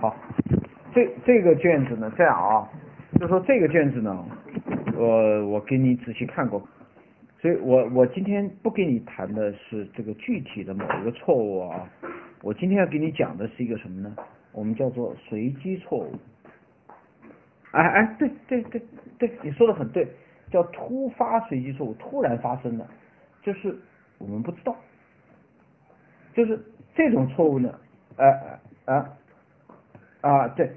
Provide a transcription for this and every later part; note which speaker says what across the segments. Speaker 1: 好，这这个卷子呢，这样啊，就说这个卷子呢，我我给你仔细看过，所以我我今天不给你谈的是这个具体的某一个错误啊，我今天要给你讲的是一个什么呢？我们叫做随机错误。哎哎，对对对对，你说的很对，叫突发随机错误，突然发生的，就是我们不知道，就是这种错误呢，哎哎啊啊，对，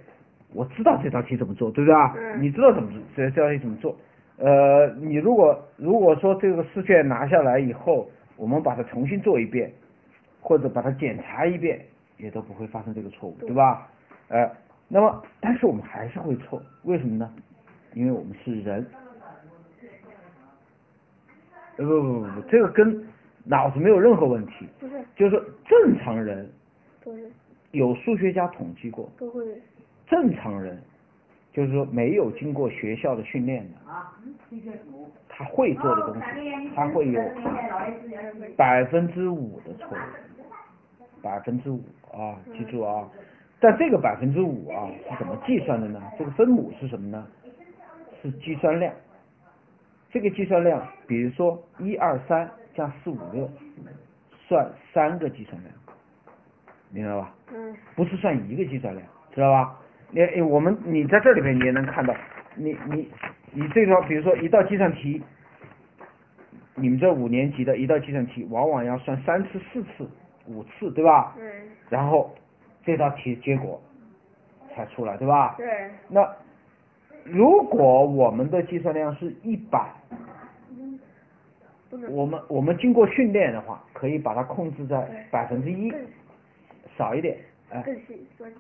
Speaker 1: 我知道这道题怎么做，对不对啊？
Speaker 2: 嗯
Speaker 1: 你知道怎么做这这道题怎么做？呃，你如果如果说这个试卷拿下来以后，我们把它重新做一遍，或者把它检查一遍，也都不会发生这个错误，对吧？呃，那么但是我们还是会错，为什么呢？因为我们是人。呃不不不不，这个跟脑子没有任何问题，
Speaker 2: 不是
Speaker 1: 就是说正常人
Speaker 2: 不是
Speaker 1: 有数学家统计过，
Speaker 2: 不会
Speaker 1: 正常人就是说没有经过学校的训练的，他会做的东西，他会有百分之五的错误，百分之五啊，记住啊。但这个百分之五啊是怎么计算的呢？这个分母是什么呢？是计算量。这个计算量，比如说一二三加四五六，算三个计算量，明白吧？
Speaker 2: 嗯
Speaker 1: 不是算一个计算量，知道吧？你诶我们你在这里边你也能看到，你你你这道比如说一道计算题，你们这五年级的一道计算题往往要算三次、四次、五次，对吧？
Speaker 2: 嗯
Speaker 1: 然后这道题结果才出来，对吧？
Speaker 2: 对
Speaker 1: 那如果我们的计算量是一百，
Speaker 2: 不能
Speaker 1: 我们我们经过训练的话，可以把它控制在百分之一，
Speaker 2: 更
Speaker 1: 少一点，哎、
Speaker 2: 更细分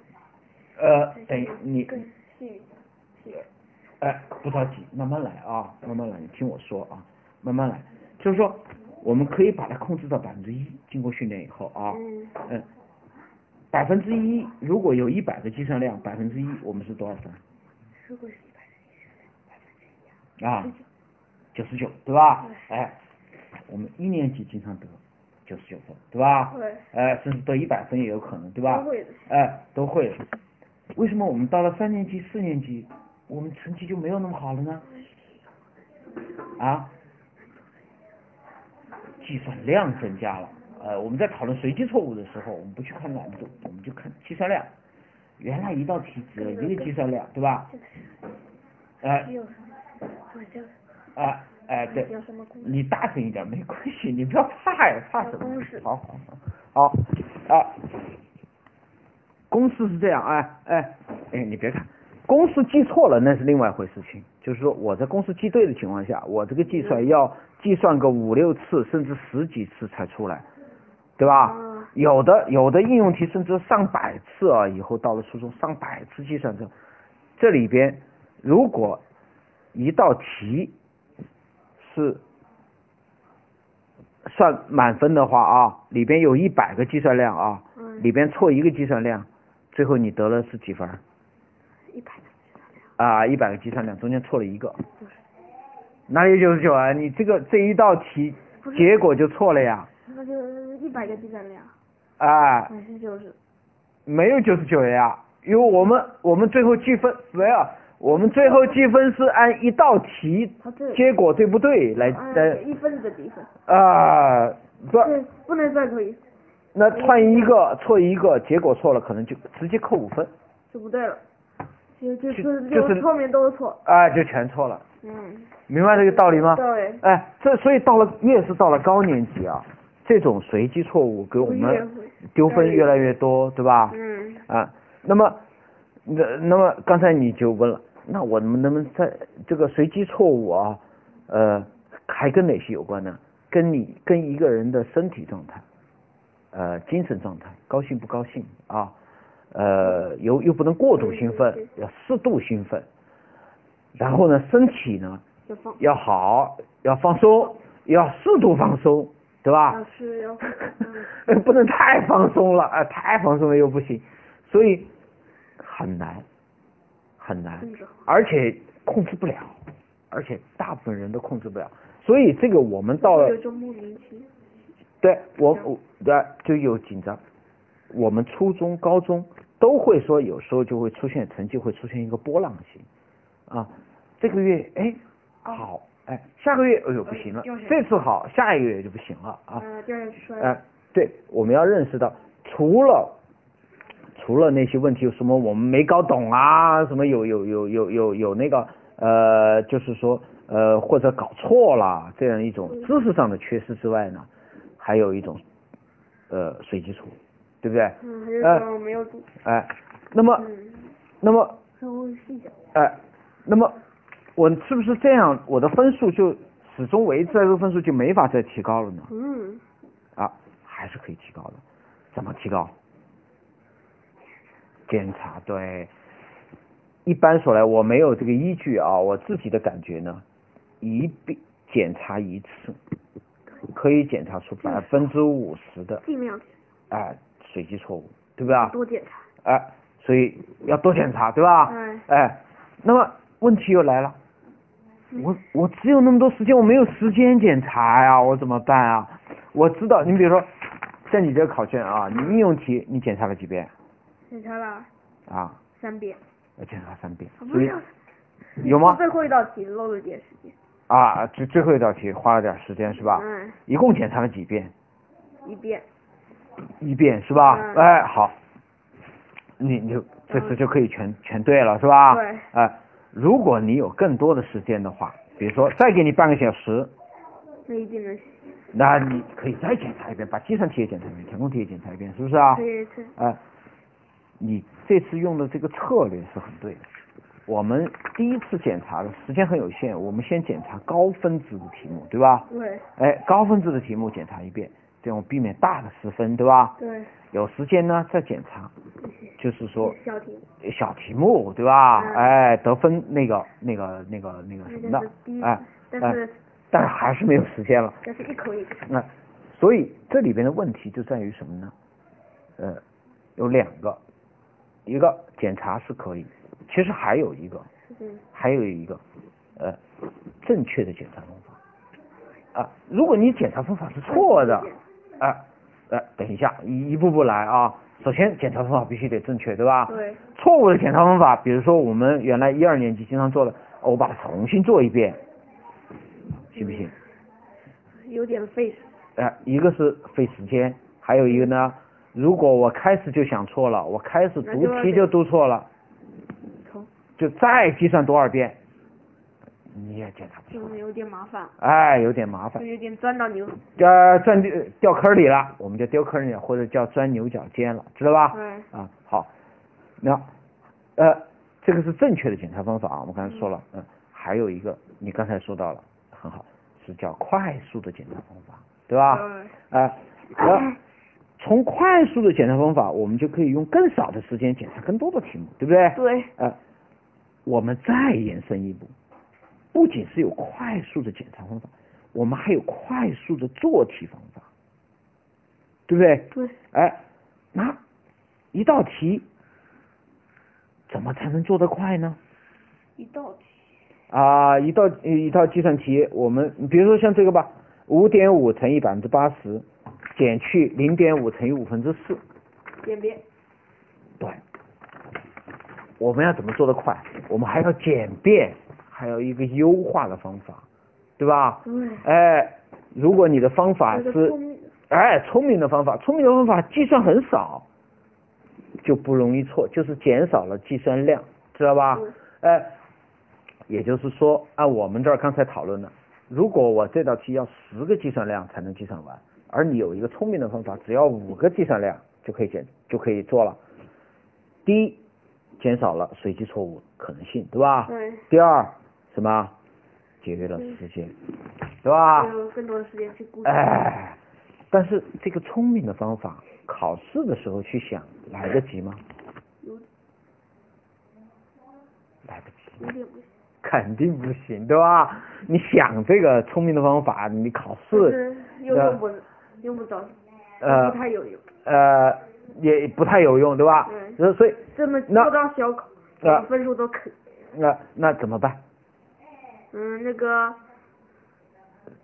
Speaker 1: 呃，等于你
Speaker 2: 更细写
Speaker 1: 哎，不着急，慢慢来啊，慢慢来，你听我说啊，慢慢来，就是说我们可以把它控制到百分之一，经过训练以后啊，
Speaker 2: 嗯
Speaker 1: 嗯，百分之一如果有一百个计算量，百分之一我们是多少分
Speaker 2: 如果是一百
Speaker 1: 啊？九十九，对吧？哎，我们一年级经常得九十九分，对吧？
Speaker 2: 会
Speaker 1: 哎，甚至得一百分也有可能，对吧
Speaker 2: 不？会的
Speaker 1: 哎，都会。为什么我们到了三年级、四年级，我们成绩就没有那么好了呢？啊？计算量增加了。呃，我们在讨论随机错误的时候，我们不去看难度，我们就看计算量。原来一道题只有一个计算量，对吧？哎
Speaker 2: 没有好像
Speaker 1: 哎哎，对，
Speaker 2: 有什么功能
Speaker 1: 你大声一点没关系，你不要怕呀，怕什么
Speaker 2: 公式？
Speaker 1: 好好好，好啊，公式是这样，哎哎哎，你别看，公式记错了那是另外一回事情，就是说我在公式记对的情况下，我这个计算要计算个五六次甚至十几次才出来，对吧？
Speaker 2: 啊
Speaker 1: 有的有的应用题甚至上百次啊，以后到了初中上百次计算之后，这里边如果一道题是算满分的话啊，里边有一百个计算量啊，
Speaker 2: 嗯
Speaker 1: 里边错一个计算量，最后你得了是几分儿？
Speaker 2: 一百
Speaker 1: 啊，一百个计算量中间错了一个，哪有九十九啊？你这个这一道题
Speaker 2: 不是
Speaker 1: 结果就错了呀，
Speaker 2: 那就一百个计算量
Speaker 1: 啊，
Speaker 2: 还是就是
Speaker 1: 没有九十九呀，因为我们我们最后计分没有，我们最后计分是按一道题
Speaker 2: 它这
Speaker 1: 结果对不对来来
Speaker 2: 哎一分的比分
Speaker 1: 啊，不，
Speaker 2: 对不能算可以
Speaker 1: 那串一个错一个，结果错了可能就直接扣五分
Speaker 2: 就不对了就就
Speaker 1: 就
Speaker 2: 就
Speaker 1: 就是
Speaker 2: 后面都是错
Speaker 1: 啊，就全错了，
Speaker 2: 嗯
Speaker 1: 明白这个道理吗？
Speaker 2: 对
Speaker 1: 哎，这所以到了越是到了高年级啊，这种随机错误给我
Speaker 2: 越
Speaker 1: 们
Speaker 2: 会
Speaker 1: 丢分越来越多，对吧？
Speaker 2: 嗯
Speaker 1: 啊，那么，那那么刚才你就问了，那我们能不能在这个随机错误啊，呃，还跟哪些有关呢？跟你跟一个人的身体状态，呃，精神状态，高兴不高兴啊？呃，又又不能过度兴奋
Speaker 2: 嗯嗯，
Speaker 1: 要适度兴奋。然后呢，身体呢
Speaker 2: 就放
Speaker 1: 要好，要放松，要适度放松，对吧？
Speaker 2: 老师要 嗯
Speaker 1: 不能太放松了，啊，太放松了又不行，所以很难，很难，
Speaker 2: 控制
Speaker 1: 而且控制不了，而且大部分人都控制不了，所以这个我们到了
Speaker 2: 有，就莫名其妙
Speaker 1: 对我我对就有紧张，我们初中、高中都会说有时候就会出现成绩会出现一个波浪形，啊，这个月哎好，哎下个月哎呦不行了
Speaker 2: 哦哎又是，
Speaker 1: 这次好，下一个月就不行了啊，
Speaker 2: 嗯，就是说
Speaker 1: 哎、对，我们要认识到，除了除了那些问题，有什么我们没搞懂啊，什么有有有有有有那个呃，就是说呃或者搞错了这样一种知识上的缺失之外呢，还有一种呃随机处，对不对？
Speaker 2: 嗯，还是
Speaker 1: 哎
Speaker 2: 说没有读，
Speaker 1: 哎、那么
Speaker 2: 嗯，
Speaker 1: 那么
Speaker 2: 稍微细讲，
Speaker 1: 哎、那么我是不是这样，我的分数就始终维持在这个分数就没法再提高了呢？
Speaker 2: 嗯，
Speaker 1: 啊，还是可以提高的。怎么提高？检查对。一般说来，我没有这个依据啊，我自己的感觉呢，一遍检查一次，可以检查出百分之五十的
Speaker 2: 尽量
Speaker 1: 哎、随机错误，对吧？
Speaker 2: 多检查，
Speaker 1: 哎、所以要多检查，对吧？
Speaker 2: 哎，
Speaker 1: 哎、那么问题又来了，我我只有那么多时间，我没有时间检查呀，我怎么办啊？我知道，你比如说，像你这个考卷啊，你应用题你检查了几遍
Speaker 2: 检查了
Speaker 1: 啊？
Speaker 2: 三遍，
Speaker 1: 我检查三遍
Speaker 2: 啊，不
Speaker 1: 所以
Speaker 2: 是，
Speaker 1: 有吗？
Speaker 2: 最后一道题漏了点时间，
Speaker 1: 啊，最最后一道题花了点时间是吧？
Speaker 2: 嗯，
Speaker 1: 一共检查了几遍？
Speaker 2: 一遍，
Speaker 1: 一遍是吧？
Speaker 2: 嗯
Speaker 1: 哎，好，你你就这次就可以全全对了是吧？
Speaker 2: 对，
Speaker 1: 哎，如果你有更多的时间的话，比如说再给你半个小时，
Speaker 2: 那一定能
Speaker 1: 那你可以再检查一遍，把计算题也检查一遍，填空题也检查一遍，是不是啊
Speaker 2: 可？以是，
Speaker 1: 呃，你这次用的这个策略是很对的。我们第一次检查的时间很有限，我们先检查高分值的题目，对吧？
Speaker 2: 对
Speaker 1: 哎，高分值的题目检查一遍，这样避免大的失分，对吧？
Speaker 2: 对，
Speaker 1: 有时间呢再检查，就是说
Speaker 2: 小题，
Speaker 1: 小题目，对吧？
Speaker 2: 嗯
Speaker 1: 哎，得分那个那个那个那个什么
Speaker 2: 那个
Speaker 1: 的
Speaker 2: 是，第一，
Speaker 1: 哎，
Speaker 2: 但是
Speaker 1: 但是还是没有时间了。
Speaker 2: 但是一口一口，
Speaker 1: 那所以这里边的问题就在于什么呢？呃，有两个，一个检查是可以，其实还有一个，
Speaker 2: 嗯，
Speaker 1: 还有一个，呃，正确的检查方法。啊，如果你检查方法是错的，啊，呃，等一下，一一步步来啊。首先，检查方法必须得正确，对吧？
Speaker 2: 对，
Speaker 1: 错误的检查方法，比如说我们原来一二年级经常做的，哦我把它重新做一遍，行不行？
Speaker 2: 嗯有点费时，
Speaker 1: 呃，一个是费时间，还有一个呢，如果我开始就想错了，我开始
Speaker 2: 那
Speaker 1: 读
Speaker 2: 就要
Speaker 1: 题
Speaker 2: 得
Speaker 1: 就读错了，
Speaker 2: 从
Speaker 1: 就再计算多少遍，你也检查不出来，
Speaker 2: 嗯有点麻烦，
Speaker 1: 哎，有点麻
Speaker 2: 就
Speaker 1: 烦，
Speaker 2: 有点钻到牛，
Speaker 1: 呃，钻掉掉坑里了，我们叫丢坑里了，或者叫钻牛角尖了，知道吧？
Speaker 2: 对，
Speaker 1: 啊，好，那呃，这个是正确的检查方法啊，我们刚才说了，嗯，还有一个你刚才说到了，很好，是叫快速的检查方法，对吧？
Speaker 2: 对，
Speaker 1: 啊，呃，从快速的检查方法，我们就可以用更少的时间检查更多的题目，对不对？
Speaker 2: 对，
Speaker 1: 呃，我们再延伸一步，不仅是有快速的检查方法，我们还有快速的做题方法，对不对？
Speaker 2: 对，
Speaker 1: 哎，那一道题怎么才能做得快呢？
Speaker 2: 一道题，
Speaker 1: 啊、一道一道计算题，我们比如说像这个吧，五点五乘以百分之八十，减去零点五乘以五分之四，
Speaker 2: 点边，
Speaker 1: 对。我们要怎么做得快？我们还要简便，还有一个优化的方法，对吧？
Speaker 2: 对，
Speaker 1: 哎，如果你的方法
Speaker 2: 这个
Speaker 1: 是
Speaker 2: 聪明，
Speaker 1: 哎聪明的方法，聪明的方法计算很少，就不容易错，就是减少了计算量，知道吧？
Speaker 2: 对
Speaker 1: 呃，也就是说，按我们这儿刚才讨论的，如果我这道题要十个计算量才能计算完，而你有一个聪明的方法，只要五个计算量就可以减就可以做了。第一，减少了随机错误可能性，对吧？
Speaker 2: 对，
Speaker 1: 第二，什么？节约了时间，对吧？
Speaker 2: 有更多的时间去估计，
Speaker 1: 啊哎，但是这个聪明的方法，考试的时候去想，来得及吗？
Speaker 2: 有
Speaker 1: 来不及，
Speaker 2: 有点不行，
Speaker 1: 肯定不行，对吧？你想这个聪明的方法，你考
Speaker 2: 但
Speaker 1: 试，
Speaker 2: 是又
Speaker 1: 那
Speaker 2: 用不用不着，
Speaker 1: 呃
Speaker 2: 不太有用，
Speaker 1: 呃，也不太有用，对吧？
Speaker 2: 对
Speaker 1: 呃所以，
Speaker 2: 这么
Speaker 1: 那
Speaker 2: 做到小考，
Speaker 1: 那
Speaker 2: 分数都可，
Speaker 1: 那那怎么办？
Speaker 2: 嗯，那个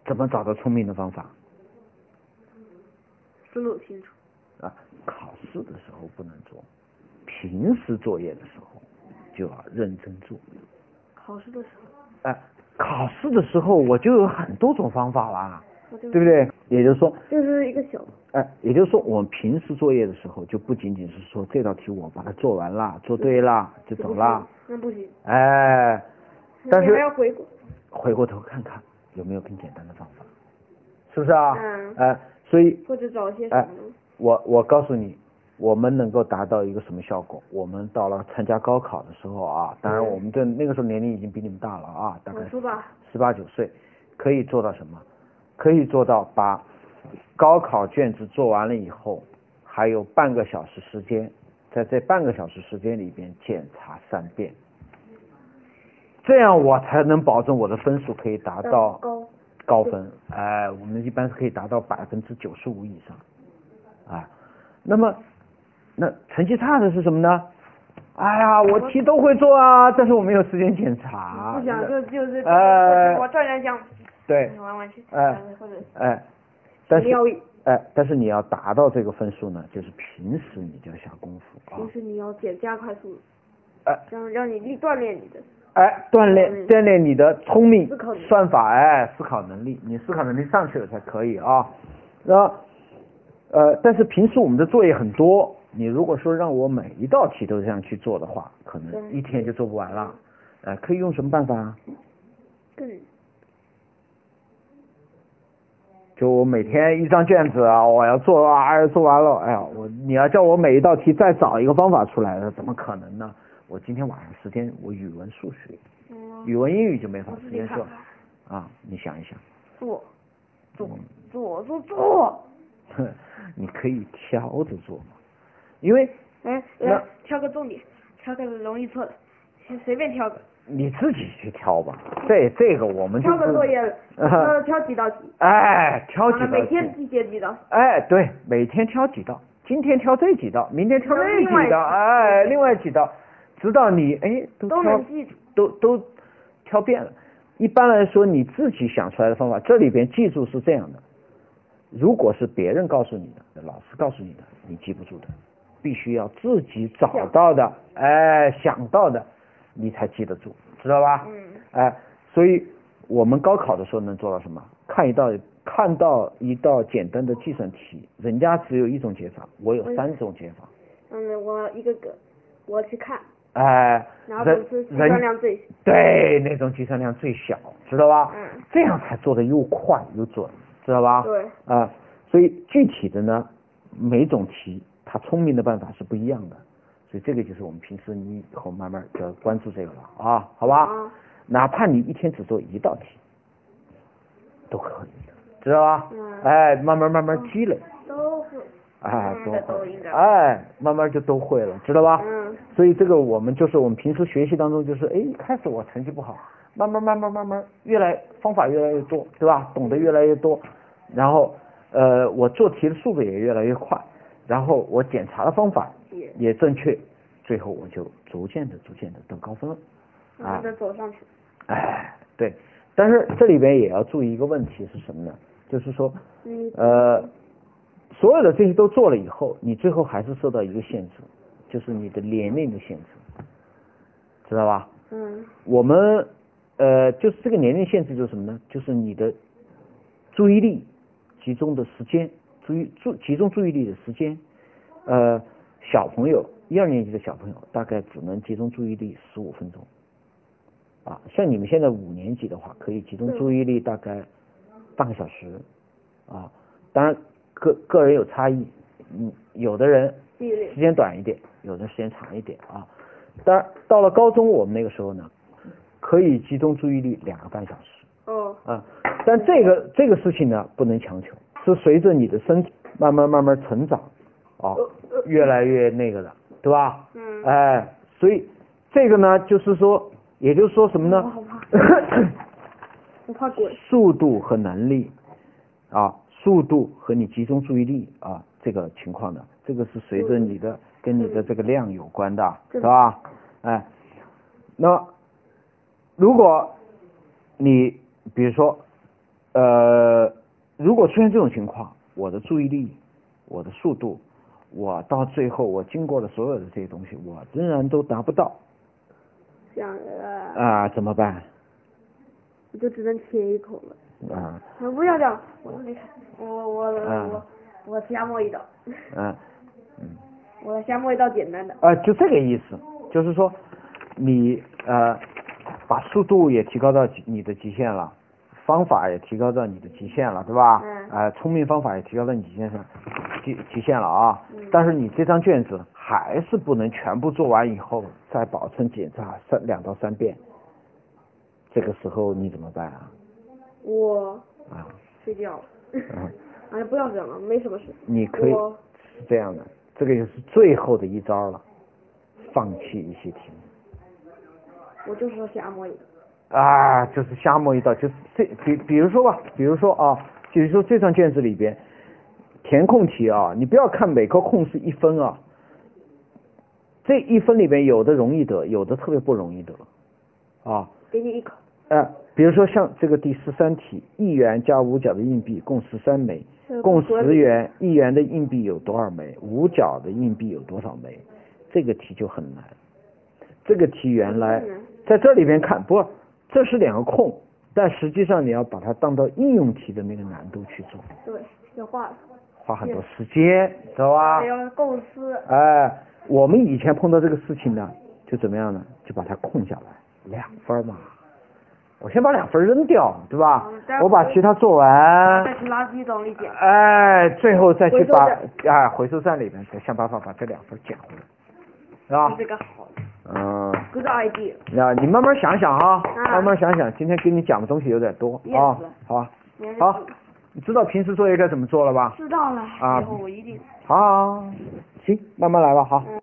Speaker 1: 怎么找到聪明的方法
Speaker 2: 思路清楚，
Speaker 1: 啊？考试的时候不能做，平时作业的时候就要认真做。
Speaker 2: 考试的时候，
Speaker 1: 哎、考试的时候我就有很多种方法啦，
Speaker 2: 我
Speaker 1: 对
Speaker 2: 对
Speaker 1: 不？对？也就是说，
Speaker 2: 这是一个小，
Speaker 1: 哎，也就是说，我们平时作业的时候，就不仅仅是说这道题我把它做完啦，做对啦，就
Speaker 2: 这
Speaker 1: 走
Speaker 2: 不
Speaker 1: 啦
Speaker 2: 行。，那不行，
Speaker 1: 哎，但
Speaker 2: 你
Speaker 1: 是
Speaker 2: 还要回国。
Speaker 1: 回过头看看有没有更简单的方法，是不是啊？
Speaker 2: 嗯，
Speaker 1: 哎，所以
Speaker 2: 或者找一些
Speaker 1: 哎
Speaker 2: 什么东西。
Speaker 1: 我我告诉你，我们能够达到一个什么效果？我们到了参加高考的时候啊，当然
Speaker 2: 嗯
Speaker 1: 我们的那个时候年龄已经比你们大了啊，大概
Speaker 2: 我说吧，
Speaker 1: 十八九岁，可以做到什么？可以做到把高考卷子做完了以后，还有半个小时时间，在这半个小时时间里边检查三遍，这样我才能保证我的分数可以达到
Speaker 2: 高，
Speaker 1: 高分。哎、我们一般是可以达到百分之九十五以上，啊，那么那成绩差的是什么呢？哎呀，我题都会做啊，但是我没有时间检查。
Speaker 2: 不想
Speaker 1: 啊那
Speaker 2: 就嗯就是，
Speaker 1: 哎
Speaker 2: 我照样讲，
Speaker 1: 对，
Speaker 2: 玩玩去，
Speaker 1: 哎
Speaker 2: 或者
Speaker 1: 哎，但是
Speaker 2: 要
Speaker 1: 哎，但是你要达到这个分数呢，就是平时你就要下功夫啊
Speaker 2: 平。时你要减加快速度，
Speaker 1: 哎
Speaker 2: 让让你力锻炼你的
Speaker 1: 哎，锻炼
Speaker 2: 嗯
Speaker 1: 锻炼你的聪明
Speaker 2: 思考能力
Speaker 1: 算法，哎，思考能力，你思考能力上去了才可以啊。然后，呃，但是平时我们的作业很多，你如果说让我每一道题都这样去做的话，可能
Speaker 2: 对
Speaker 1: 一天就做不完了。呃，可以用什么办法啊？
Speaker 2: 更
Speaker 1: 就我每天一张卷子啊，我要做啊，要做完了，哎呀，我你要叫我每一道题再找一个方法出来，那怎么可能呢？我今天晚上时间我语文、数学、
Speaker 2: 嗯，
Speaker 1: 语文、英语就没法
Speaker 2: 我自
Speaker 1: 时
Speaker 2: 己
Speaker 1: 间
Speaker 2: 看
Speaker 1: 做
Speaker 2: 看，
Speaker 1: 啊，你想一 想，
Speaker 2: 做做
Speaker 1: 嗯
Speaker 2: 做做做，
Speaker 1: 你可以挑着做嘛，因为
Speaker 2: 哎
Speaker 1: 那
Speaker 2: 来挑个重点，挑个容易错的，先随便挑个，
Speaker 1: 你自己去挑吧，这这个我们就
Speaker 2: 挑个
Speaker 1: 不
Speaker 2: 作业了，挑挑几道题，
Speaker 1: 哎，挑几
Speaker 2: 完了
Speaker 1: 道
Speaker 2: 每
Speaker 1: 题，
Speaker 2: 天记写几道，
Speaker 1: 哎，对，每天挑几道，今天挑这几道，明天挑那
Speaker 2: 另外
Speaker 1: 几道，哎，另外几道，直到你哎都
Speaker 2: 都
Speaker 1: 挑
Speaker 2: 能记住，
Speaker 1: 都都挑遍了。一般来说，你自己想出来的方法，这里边记住是这样的：如果是别人告诉你的，老师告诉你的，你记不住的，必须要自己找到的，哎，想到的，你才记得住，知道吧？
Speaker 2: 嗯，
Speaker 1: 哎，所以我们高考的时候能做到什么？看一道看到一道简单的计算题，人家只有一种解法，我有
Speaker 2: 我有
Speaker 1: 三种解法，
Speaker 2: 嗯，我一个个我去看，
Speaker 1: 哎，
Speaker 2: 然后
Speaker 1: 人
Speaker 2: 总之计
Speaker 1: 人
Speaker 2: 算量最小，
Speaker 1: 对，那种计算量最小，知道吧？
Speaker 2: 嗯，
Speaker 1: 这样才做的又快又准，知道吧？
Speaker 2: 对，
Speaker 1: 啊、所以具体的呢，每种题它聪明的办法是不一样的，所以这个就是我们平时你以后慢慢就要关注这个了啊，好吧？
Speaker 2: 啊，
Speaker 1: 哪怕你一天只做一道题，都可以的，知道吧？
Speaker 2: 嗯，
Speaker 1: 哎，慢慢慢慢积累，
Speaker 2: 都会，
Speaker 1: 哎，
Speaker 2: 嗯
Speaker 1: 都
Speaker 2: 这都
Speaker 1: 会
Speaker 2: 应该，
Speaker 1: 哎，慢慢就都会了，知道吧？
Speaker 2: 嗯，
Speaker 1: 所以这个我们就是我们平时学习当中，就是哎，一开始我成绩不好，慢慢慢慢慢慢，越来方法越来越多，对吧？懂得越来越多，然后呃，我做题的速度也越来越快，然后我检查的方法
Speaker 2: 也
Speaker 1: 也正确，最后我就逐渐的逐渐的得高分了。
Speaker 2: 慢慢的走上去，
Speaker 1: 哎，对，但是这里边也要注意一个问题是什么呢？就是说，
Speaker 2: 嗯，
Speaker 1: 呃，所有的这些都做了以后，你最后还是受到一个限制，就是你的年龄的限制，知道吧？
Speaker 2: 嗯，
Speaker 1: 我们呃，就是这个年龄限制就是什么呢？就是你的注意力集中的时间，注意注集中注意力的时间。呃，小朋友一二年级的小朋友大概只能集中注意力十五分钟，啊，像你们现在五年级的话，可以集中
Speaker 2: 对
Speaker 1: 注意力大概半个小时，啊，当然个个人有差异，嗯，有的人
Speaker 2: 纪律
Speaker 1: 时，间短一点，有的时间长一点啊。当然，到了高中，我们那个时候呢，可以集中注意力两个半小时
Speaker 2: 哦，
Speaker 1: 啊。但这个这个事情呢，不能强求，是随着你的身体慢慢慢慢成长啊，越来越那个的，对吧？
Speaker 2: 嗯，
Speaker 1: 哎，所以这个呢，就是说，也就是说什么
Speaker 2: 我
Speaker 1: 呢？
Speaker 2: 好怕， 我怕鬼，
Speaker 1: 速度和能力啊，速度和你集中注意力啊，这个情况呢，这个是随着你的跟你的这个量有关的，是
Speaker 2: 对
Speaker 1: 吧？哎，那么如果你比如说，呃，如果出现这种情况，我的注意力、我的速度、我到最后我经过了所有的这些东西，我仍然都达不到
Speaker 2: 想呃，
Speaker 1: 啊、怎么办？
Speaker 2: 我就只能切一口了。
Speaker 1: 啊、
Speaker 2: 我不要讲，我自己，我我
Speaker 1: 嗯
Speaker 2: 我我瞎摸一道，
Speaker 1: 嗯，
Speaker 2: 我瞎摸一道简单的。
Speaker 1: 呃，就这个意思，就是说你呃把速度也提高到极你的极限了，方法也提高到你的极限了，对吧？
Speaker 2: 嗯
Speaker 1: 呃，聪明方法也提高到你极限上，极极限了啊。
Speaker 2: 嗯
Speaker 1: 但是你这张卷子还是不能全部做完以后再保证检查三两到三遍，这个时候你怎么办啊？
Speaker 2: 我
Speaker 1: 啊，
Speaker 2: 睡觉。
Speaker 1: 嗯
Speaker 2: 哎，不要讲了，没什么事。
Speaker 1: 你可以
Speaker 2: 我
Speaker 1: 是这样的，这个就是最后的一招了，放弃一些题目。
Speaker 2: 我就是说瞎摸一道。
Speaker 1: 啊，就是瞎摸一道，就是这比比如说吧，比如说啊，比如说这张卷子里边填空题啊，你不要看每个空是一分啊，这一分里边有的容易得，有的特别不容易得啊。
Speaker 2: 给你一口，
Speaker 1: 呃，比如说像这个第十三题，一元加五角的硬币共十三枚，
Speaker 2: 这个
Speaker 1: 共
Speaker 2: 不合
Speaker 1: 十
Speaker 2: 理。
Speaker 1: 元，一元的硬币有多少枚？五角的硬币有多少枚？这个题就很难。这个题原来
Speaker 2: 不是呢
Speaker 1: 在这里边看，不，这是两个空，但实际上你要把它当到应用题的那个难度去做，
Speaker 2: 对，要画了，
Speaker 1: 花很多时间，知道吧
Speaker 2: 还？要构思。
Speaker 1: 哎、我们以前碰到这个事情呢，就怎么样呢？就把它空下来，两分嘛。我先把两分扔掉，对吧
Speaker 2: 嗯待？会儿
Speaker 1: 我把其他做完。
Speaker 2: 再去垃圾桶里捡。
Speaker 1: 哎，最后再去
Speaker 2: 回收
Speaker 1: 把
Speaker 2: 站
Speaker 1: 哎回收站里面再想办法把这两份捡回来，是吧
Speaker 2: 你？这个好
Speaker 1: 嗯，
Speaker 2: ，good idea。
Speaker 1: 那啊你慢慢想想啊，
Speaker 2: 嗯
Speaker 1: 慢慢想想，今天给你讲的东西有点多啊
Speaker 2: Yes，
Speaker 1: 好吧，
Speaker 2: 没问题
Speaker 1: 好，你知道平时作业该怎么做了吧？
Speaker 2: 知道了。
Speaker 1: 啊
Speaker 2: 以后我一定。
Speaker 1: 好，行，慢慢来吧，好。
Speaker 2: 嗯